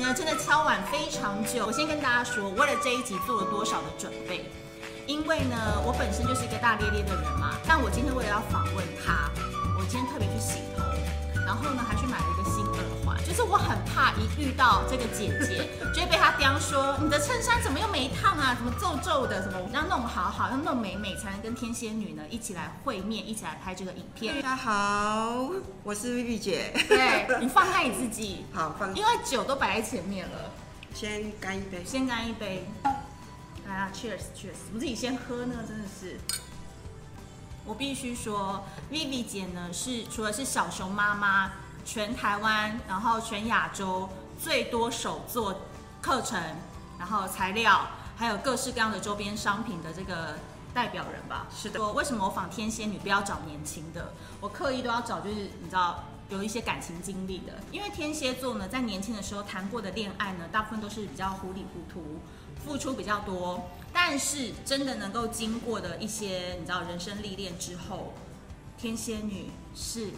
呢，真的敲碗非常久。我先跟大家说，我为了这一集做了多少的准备，因为呢，我本身就是一个大咧咧的人嘛，但我今天为了要访问他，我今天特别去洗头，然后呢，还去买了一个新耳环，就是我很怕一遇到这个姐姐，就会被她刁说你的衬衫怎么又没烫啊，怎么皱皱的，什么要弄好好，要弄美美，才能跟天蝎女呢一起来会面，一起来拍这个影片大。家好，我是玉姐。对你放开你自己， 好，放因为酒都摆在前面了，先干一杯。先干一杯。来啊，Cheers Cheers！我们自己先喝呢，真的是。我必须说，Vivi 姐呢是除了是小熊妈妈，全台湾，然后全亚洲最多手做课程，然后材料，还有各式各样的周边商品的这个代表人吧。是的我为什么我仿天蝎女不要找年轻的？我刻意都要找就是你知道有一些感情经历的，因为天蝎座呢在年轻的时候谈过的恋爱呢，大部分都是比较糊里糊涂，付出比较多，但是真的能够经过的一些你知道人生历练之后，天蝎女是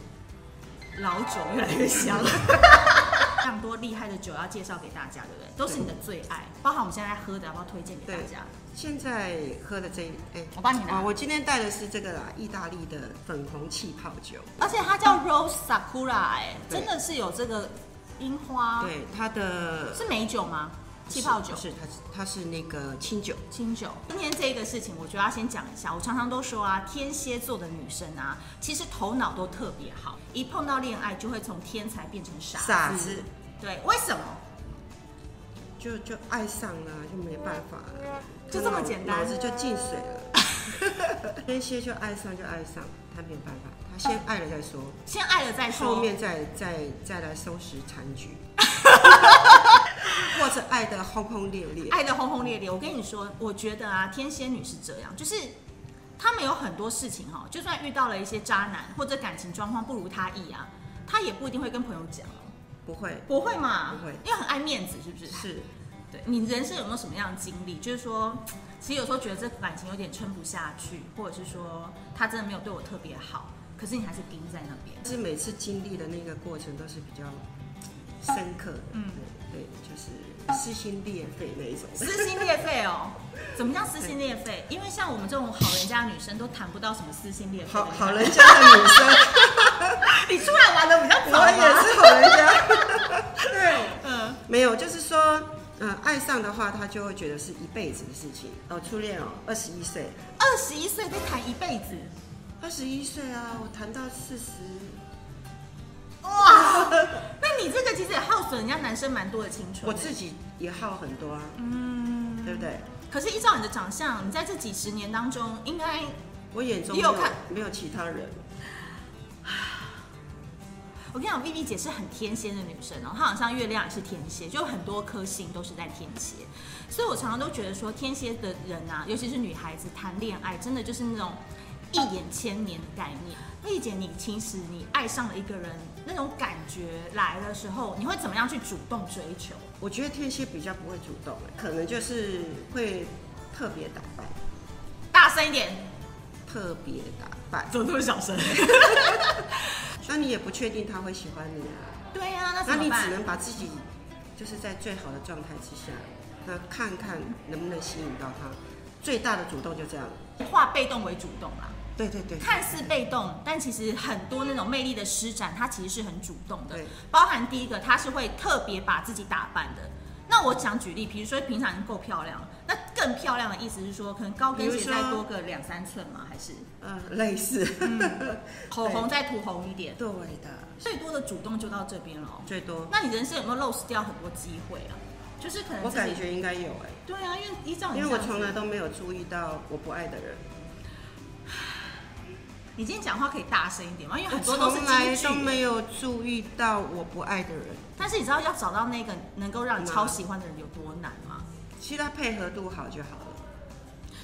老酒越来越 香。非常多厉害的酒要介绍给大家，对不对？都是你的最爱，包含我们现在喝的，要不要推荐给大家？现在喝的这一，哎、我帮你拿啊，我今天带的是这个啦，意大利的粉红气泡酒。而且它叫 Rose Sakura，哎、对真的是有这个樱花，对，它的啊是美酒吗？气泡酒不、是，它是它是那个清酒。清酒。今天这个事情，我觉得要先讲一下。我常常都说啊，天蝎座的女生啊，其实头脑都特别好，一碰到恋爱就会从天才变成傻子。傻子对，为什么？就就爱上了，就没办法了，就这么简单脑子就进水了。 天蝎就爱上就爱上，他没有办法，他先爱了再说，先爱了再说。后面再再再来收拾残 局，或者爱的轰轰烈烈。爱的轰轰烈烈。我跟你说，我觉得啊，天蝎女是这样，就是她们有很多事情哈、就算遇到了一些渣男或者感情状况不如她意啊，她也不一定会跟朋友讲哦，不会，不会嘛？不会因为很爱面子，是不是？是对你人生有没有什么样的经历？就是说，其实有时候觉得这感情有点撑不下去，或者是说他真的没有对我特别好，可是你还是盯在那边。是每次经历的那个过程都是比较深刻的，嗯对，对，就是撕心裂肺那一种。撕心裂肺哦，怎么叫撕心裂肺？因为像我们这种好人家的女生都谈不到什么撕心裂肺的 好感觉。好人家的女生，你出来玩的比较早我吗也是好人家， 对。嗯，没有，就是说，呃，爱上的话，他就会觉得是一辈子的事情。哦，初恋哦，二十一岁，二十一岁在谈一辈子，二十一岁啊，我谈到四十，哇！ 那你这个其实也耗损人家男生蛮多的青春。我自己也耗很多啊，嗯，对不对？可是依照你的长相，你在这几十年当中，应该我眼中你没有有看没有其他人，我跟你讲，Vivi 姐是很天蝎的女生哦，她好像月亮也是天蝎，就很多颗星都是在天蝎，所以我常常都觉得说，天蝎的人啊，尤其是女孩子谈恋爱，真的就是那种一眼千年的概念。丽姐，你其实你爱上了一个人，那种感觉来的时候，你会怎么样去主动追求？我觉得天蝎比较不会主动，欸可能就是会特别打扮，大声一点，特别打扮。怎么这么小声？那你也不确定他会喜欢你啊， 对呀、那那怎你么只办？能把自己就是在最好的状态之下，那看看能不能吸引到他。最大的主动就这样。化被动为主动啦。对对对，看似被动，但其实很多那种魅力的施展，它其实是很主动的对。包含第一个，它是会特别把自己打扮的。那我想举例，比如说平常已经够漂亮了，那更漂亮的意思是说，可能高跟鞋比如说再多个两三寸吗？还是嗯，类似，嗯口红再涂红一点？ 对的，最多的主动就到这边了哦。最多，那你人生有没有 lose 掉很多机会啊？就是可能我自己感觉应该有哎、对啊，因为依照你因为我这样子从来都没有注意到我不爱的人，你今天讲话可以大声一点吗？因为我很多都是从来京剧都没有注意到我不爱的人，但是你知道要找到那个能够让你超喜欢的人有多难吗？其实他配合度好就好了，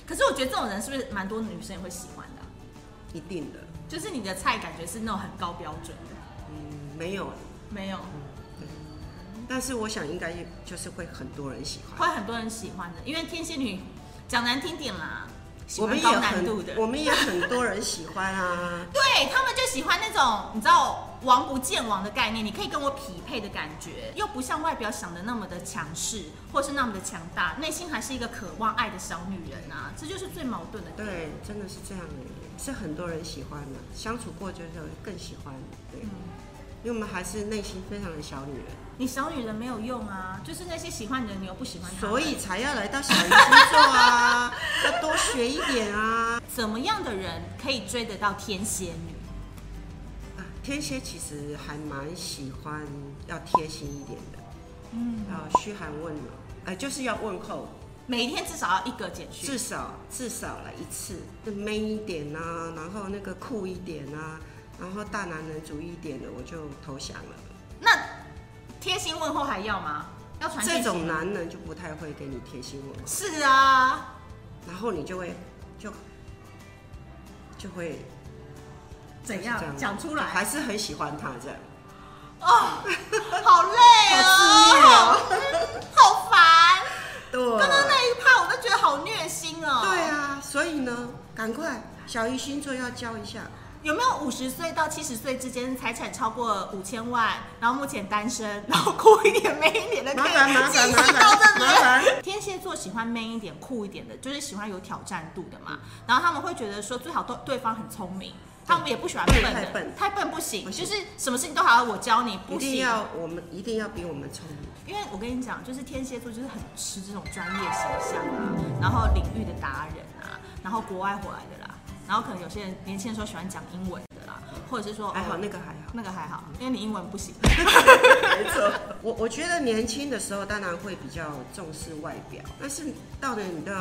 可是我觉得这种人是不是蛮多女生也会喜欢的啊、一定的，就是你的菜感觉是那种很高标准的，嗯，没有，没有但是我想应该就是会很多人喜欢，会很多人喜欢的，因为天蝎女讲难听点啦，喜我们欢也高难度很，的， ，我们也很多人喜欢啊对他们就喜欢那种你知道王不见王的概念，你可以跟我匹配的感觉，又不像外表想的那么的强势，或是那么的强大，内心还是一个渴望爱的小女人啊，这就是最矛盾的点。对，真的是这样的，是很多人喜欢的，相处过就是更喜欢，对，嗯因为我们还是内心非常的小女人，你小女人没有用啊，就是那些喜欢你的人，你又不喜欢他们。所以才要来到小鱼星座 啊，要多学一点啊。怎么样的人可以追得到天蝎女？啊，天蝎其实还蛮喜欢要贴心一点的，嗯，要嘘寒问暖，哎、就是要问候，每天至少要一个简讯。至少至少来一次，man 一点啊，然后那个酷一点啊，然后大男人主义一点的，我就投降了。那贴心问候还要吗？要传这讯息种吗？男人就不太会给你贴心我，是啊，然后你就会就就会怎就是这样讲出来？还是很喜欢他这样。哦，好累哦， 好 烦。对，刚刚那一趴我都觉得好虐心哦。对，啊，所以呢，赶快小鱼星座要教一下。有没有五十岁到七十岁之间财产超过五千万，然后目前单身，然后酷一点、美一点的，麻可以烦麻寄烦一麻下烦到这麻边。烦。天蝎座喜欢 man 一点、酷一点的，就是喜欢有挑战度的嘛。然后他们会觉得说，最好对对方很聪明，他们也不喜欢笨的，太笨太笨不行，不行就是什么事情都好要我教你，一不定行。要我们一定要比我们聪明。因为我跟你讲，就是天蝎座就是很吃这种专业形象啊，然后领域的达人啊，然后国外回来的啦，然后可能有些人年轻的时候喜欢讲英文的啦，或者是说还好哦那个还 好，那个还好，因为你英文不行。没错。我我觉得年轻的时候当然会比较重视外表，但是到了你到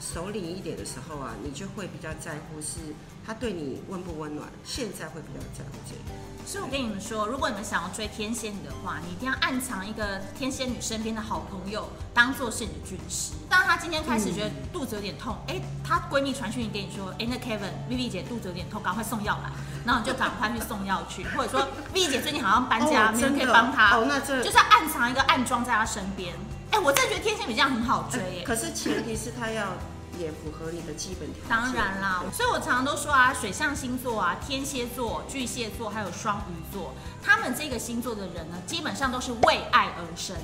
首领一点的时候啊，你就会比较在乎是他对你温不温暖。现在会比较在乎这个。所以我跟你们说，如果你们想要追天蝎女的话，你一定要暗藏一个天蝎女身边的好朋友，当做是你的军师。当她今天开始觉得肚子有点痛，哎、她闺蜜传讯给你说，哎、那 Kevin、Vivi 姐肚子有点痛，赶啊快送药来，然后你就赶快去送药去，或者说 Vivi 姐最近好像搬哦家，没人可以帮她，哦，那这就是要暗藏一个暗装在她身边。哎、我真的觉得天蝎女这样很好追耶、哎可是前提是他要也符合你的基本条件。当然啦，所以我常常都说啊，水象星座啊，天蝎座、巨蟹座还有双鱼座，他们这个星座的人呢，基本上都是为爱而生，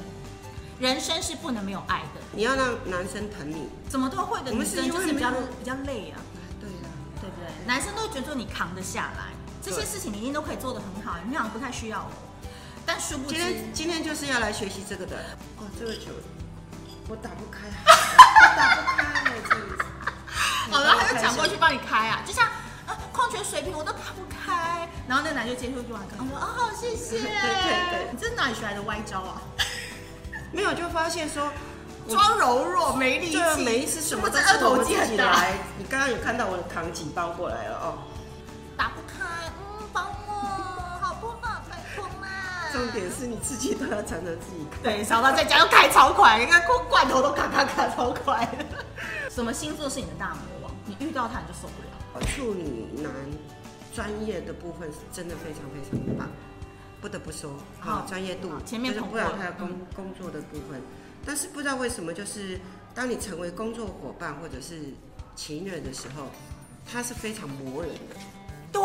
人生是不能没有爱的，你要让男生疼你。怎么都会的我女们是生因就为是比较没有比较累啊，啊对啦，对不对？男生都觉得说你扛得下来，这些对事情你一定都可以做得很好，你好像不太需要我，但殊不今知，天今天就是要来学习这个的。哦，这个酒我打不 开，啊我打不开，这样子。好了，他就抢过去帮你开啊，就像。呃矿泉水瓶我都打不开，然后那男就接过去帮我开，我说哦谢谢，对对对你这是哪里学来的歪招啊？没有就发现说，我装柔弱没力气，这每一次什么都是是不是我二头们肌自很己大，来。你刚刚有看到我扛几包过来了哦。打不开，嗯，帮我嗯好不好？拜托啦。重点是你自己都要常常自己扛。对，小到在家又开超快，你看罐罐头都咔咔咔超快。什么星座是你的大魔王？你遇到他你就受不了。呃处女男专业的部分是真的非常非常棒，不得不说，好好专业度好，前面就是捧不然过还有工嗯工作的部分，但是不知道为什么，就是当你成为工作伙伴或者是情人的时候，他是非常磨人的对，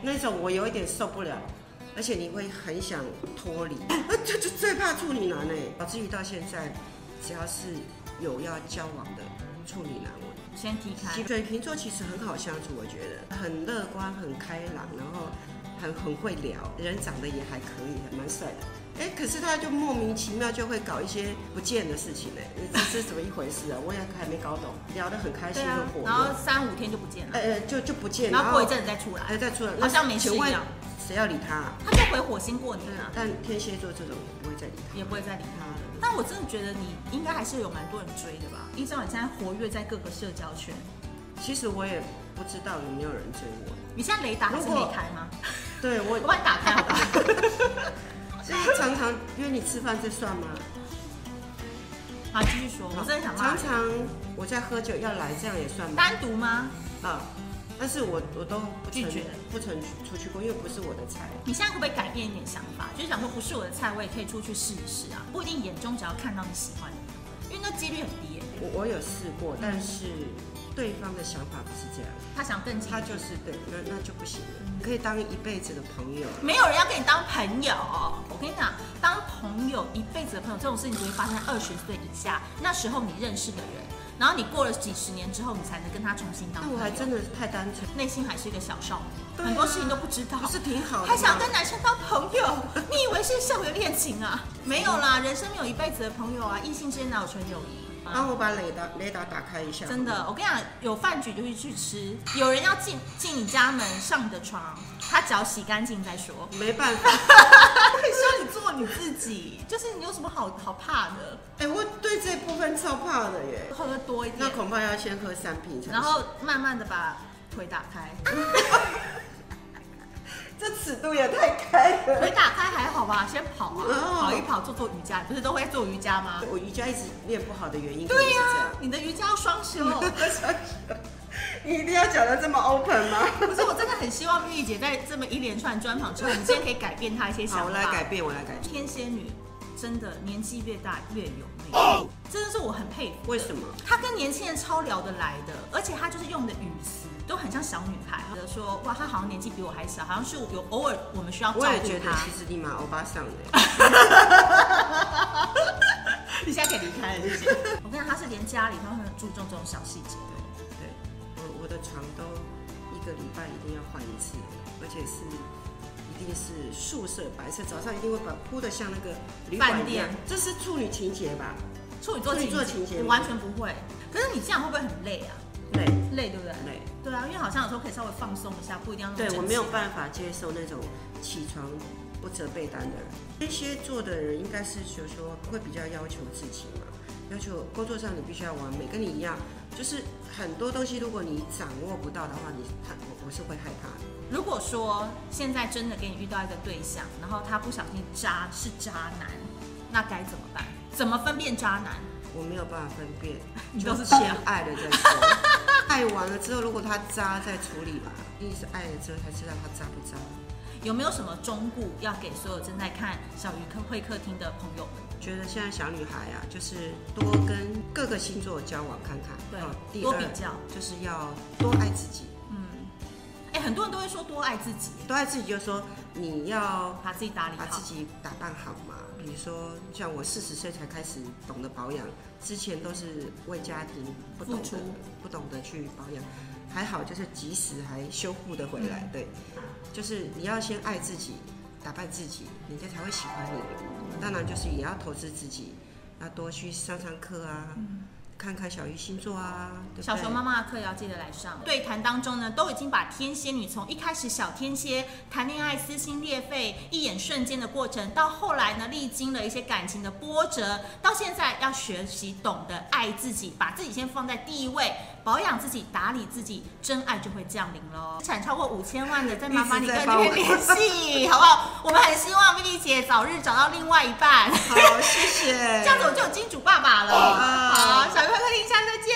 那种，我有一点受不了。而且你会很想脱离，那这就最怕处女男哎、导致于到现在，只要是有要交往的处女男，我先踢开。水瓶座其实很好相处，我觉得很乐观、很开朗，然后很很会聊，人长得也还可以，还蛮帅的。哎，可是他就莫名其妙就会搞一些不见的事情呢，这是怎么一回事啊？我也还没搞懂。聊得很开对心，啊很火，然后热，三五天就不见了，哎哎，就就不见，然后过一阵子再出来，哎再出来，好像没事请一问样。谁要理他、啊？他就回火星过年啊，但天蝎座这种我不会再理他。啊也不会再理他了。但我真的觉得你应该还是有蛮多人追的吧？依照你现在活跃在各个社交圈，其实我也不知道有没有人追我，你现在雷达还是如果没开吗？对我我，把你打开好不好？就是常常约你吃饭，这算吗？ 好，继续说，我真的想骂常人。常我在喝酒要来，这样也算吗？单独吗？啊，但是我我都不拒曾绝不曾出去过，因为不是我的菜。你现在会不会改变一点想法？就是想说不是我的菜，我也可以出去试一试啊，不一定眼中只要看到你喜欢的，因为那几率很低耶、我我有试过，但是对方的想法不是这样，他想更近他，就是对，那那就不行了。你可以当一辈子的朋友，没有人要跟你当朋友。我跟你讲，当朋友一辈子的朋友这种事情只会发生在二十岁以下，那时候你认识的人，然后你过了几十年之后，你才能跟他重新当那朋我友。还真的是太单纯，内心还是一个小少女，对啊很多事情都不知道不。是挺好的吗？还想跟男生当朋友？你以为是校园恋情啊？没有啦，人生没有一辈子的朋友啊，异性之间哪有纯友谊？啊帮啊我把雷达雷达打开一下，真的，我跟你讲，有饭局就是去吃，有人要进进你家门上你的床，他脚洗干净再说。没办 法。说你做你自己，就是你有什么好好怕的？哎、我对这部分超怕的耶，喝的多一那点，恐怕要先喝三瓶才行。然后慢慢的把腿打开，这尺度也太开腿了。打开还好吧，先跑啊，哦跑一跑，做做瑜伽，不是都会做瑜伽吗？啊我瑜伽一直练不好的原因，对呀、呀、哦你的瑜伽要双修。你一定要讲的这么 open 吗？可是我真的很希望玉玉姐在这么一连串专访之后，你今天可以改变她一些想法。好，我来改变，我来改变。天蝎女真的年纪越大越有魅力，真的是我很佩服。为什么？她跟年轻人超聊得来的，而且她就是用的语词都很像小女孩，觉得说哇，她好像年纪比我还小，好像是有偶尔 我们需要照我也觉顾得她其。实你蛮欧巴桑的，你现在可以离开了，谢谢。我跟你讲，她是连家里她都很注重这种小细节。对，我我的床都一个礼拜一定要换一次，而且是一定是素色白色，早上一定会把铺的像那个旅馆一样饭店，这是处女情节吧？处女座处女座情节我吗完全不会。可是你这样会不会很累啊？对累对不对？对。对啊，因为好像有时候可以稍微放松一下，不一定要那么对整我没有齐办法接受那种起床不折被单的人。天蝎座的人应该是就是说会比较要求自己嘛，要求工作上你必须要完美，跟你一样，就是很多东西如果你掌握不到的话，你他我我是会害怕的。如果说现在真的给你遇到一个对象，然后他不小心渣是渣男，那该怎么办？怎么分辨渣男？我没有办法分辨，你都是就这先样爱了再说， 爱完了之后，如果他渣再处理吧。一定是爱了之后才知道他渣不渣。有没有什么忠告要给所有正在看小鱼客会客厅的朋友们？觉得现在小女孩啊，就是多跟各个星座交往看看，对哦第多二比较就是要多爱自己，嗯，哎，很多人都会说多爱自己，多爱自己就是说你要把自己打理把自好。己打扮好嘛。比如说，像我四十岁才开始懂得保养，之前都是为家庭不懂付得出不懂得去保养，还好就是及时还修复的回嗯来。对，就是你要先爱自己，打扮自己，人家才会喜欢你。当然就是也要投资自己，要多去上上课啊，看看小鱼星座啊，对不对？嗯小熊妈妈的课也要记得来上。对谈当中呢，都已经把天蝎女从一开始小天蝎谈恋爱撕心裂肺、一眼瞬间的过程，到后来呢，历经了一些感情的波折，到现在要学习懂得爱自己，把自己先放在第一位，保养自己、打理自己，真爱就会降临嗯喽。资产超过五千万的，在妈妈一你直跟在这帮我边联系，好不好？我们很希望咪咪姐早日找到另外一半。好，谢谢。这样子我就有金主爸爸了。哦好，小鱼快客厅下次再见，